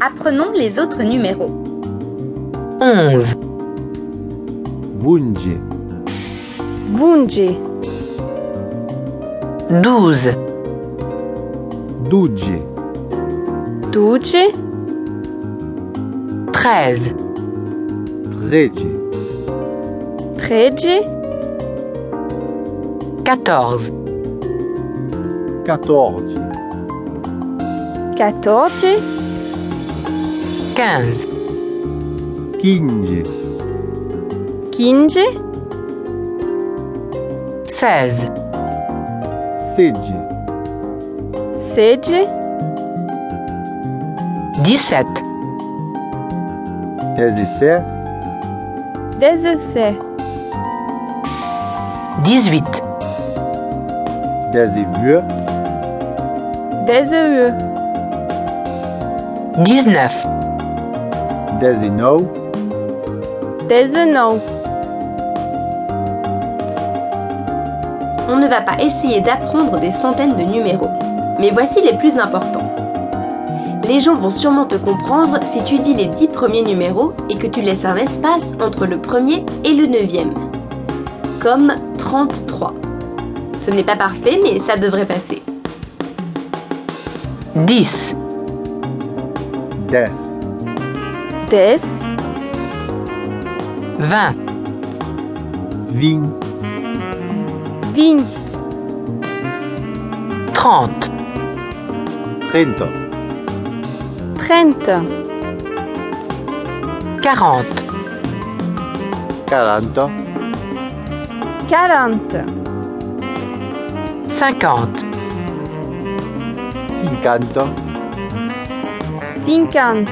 Apprenons les autres numéros. 11, Bunge, Bunge, 12, Duge, Duce, 13, Trege, Trece, 14, 14, 14, 15, 15, 15, 16, 16, 16, 17, 17, 17, 18, 18, 18, 19, 19, 19. On ne va pas essayer d'apprendre des centaines de numéros, mais voici les plus importants. Les gens vont sûrement te comprendre si tu dis les dix premiers numéros et que tu laisses un espace entre le premier et le neuvième. Comme 33. Ce n'est pas parfait, mais ça devrait passer. 10, 10, 10, 20, 20, 20, 30, 30, 30, 40, 40, 40, 50, 50, 50,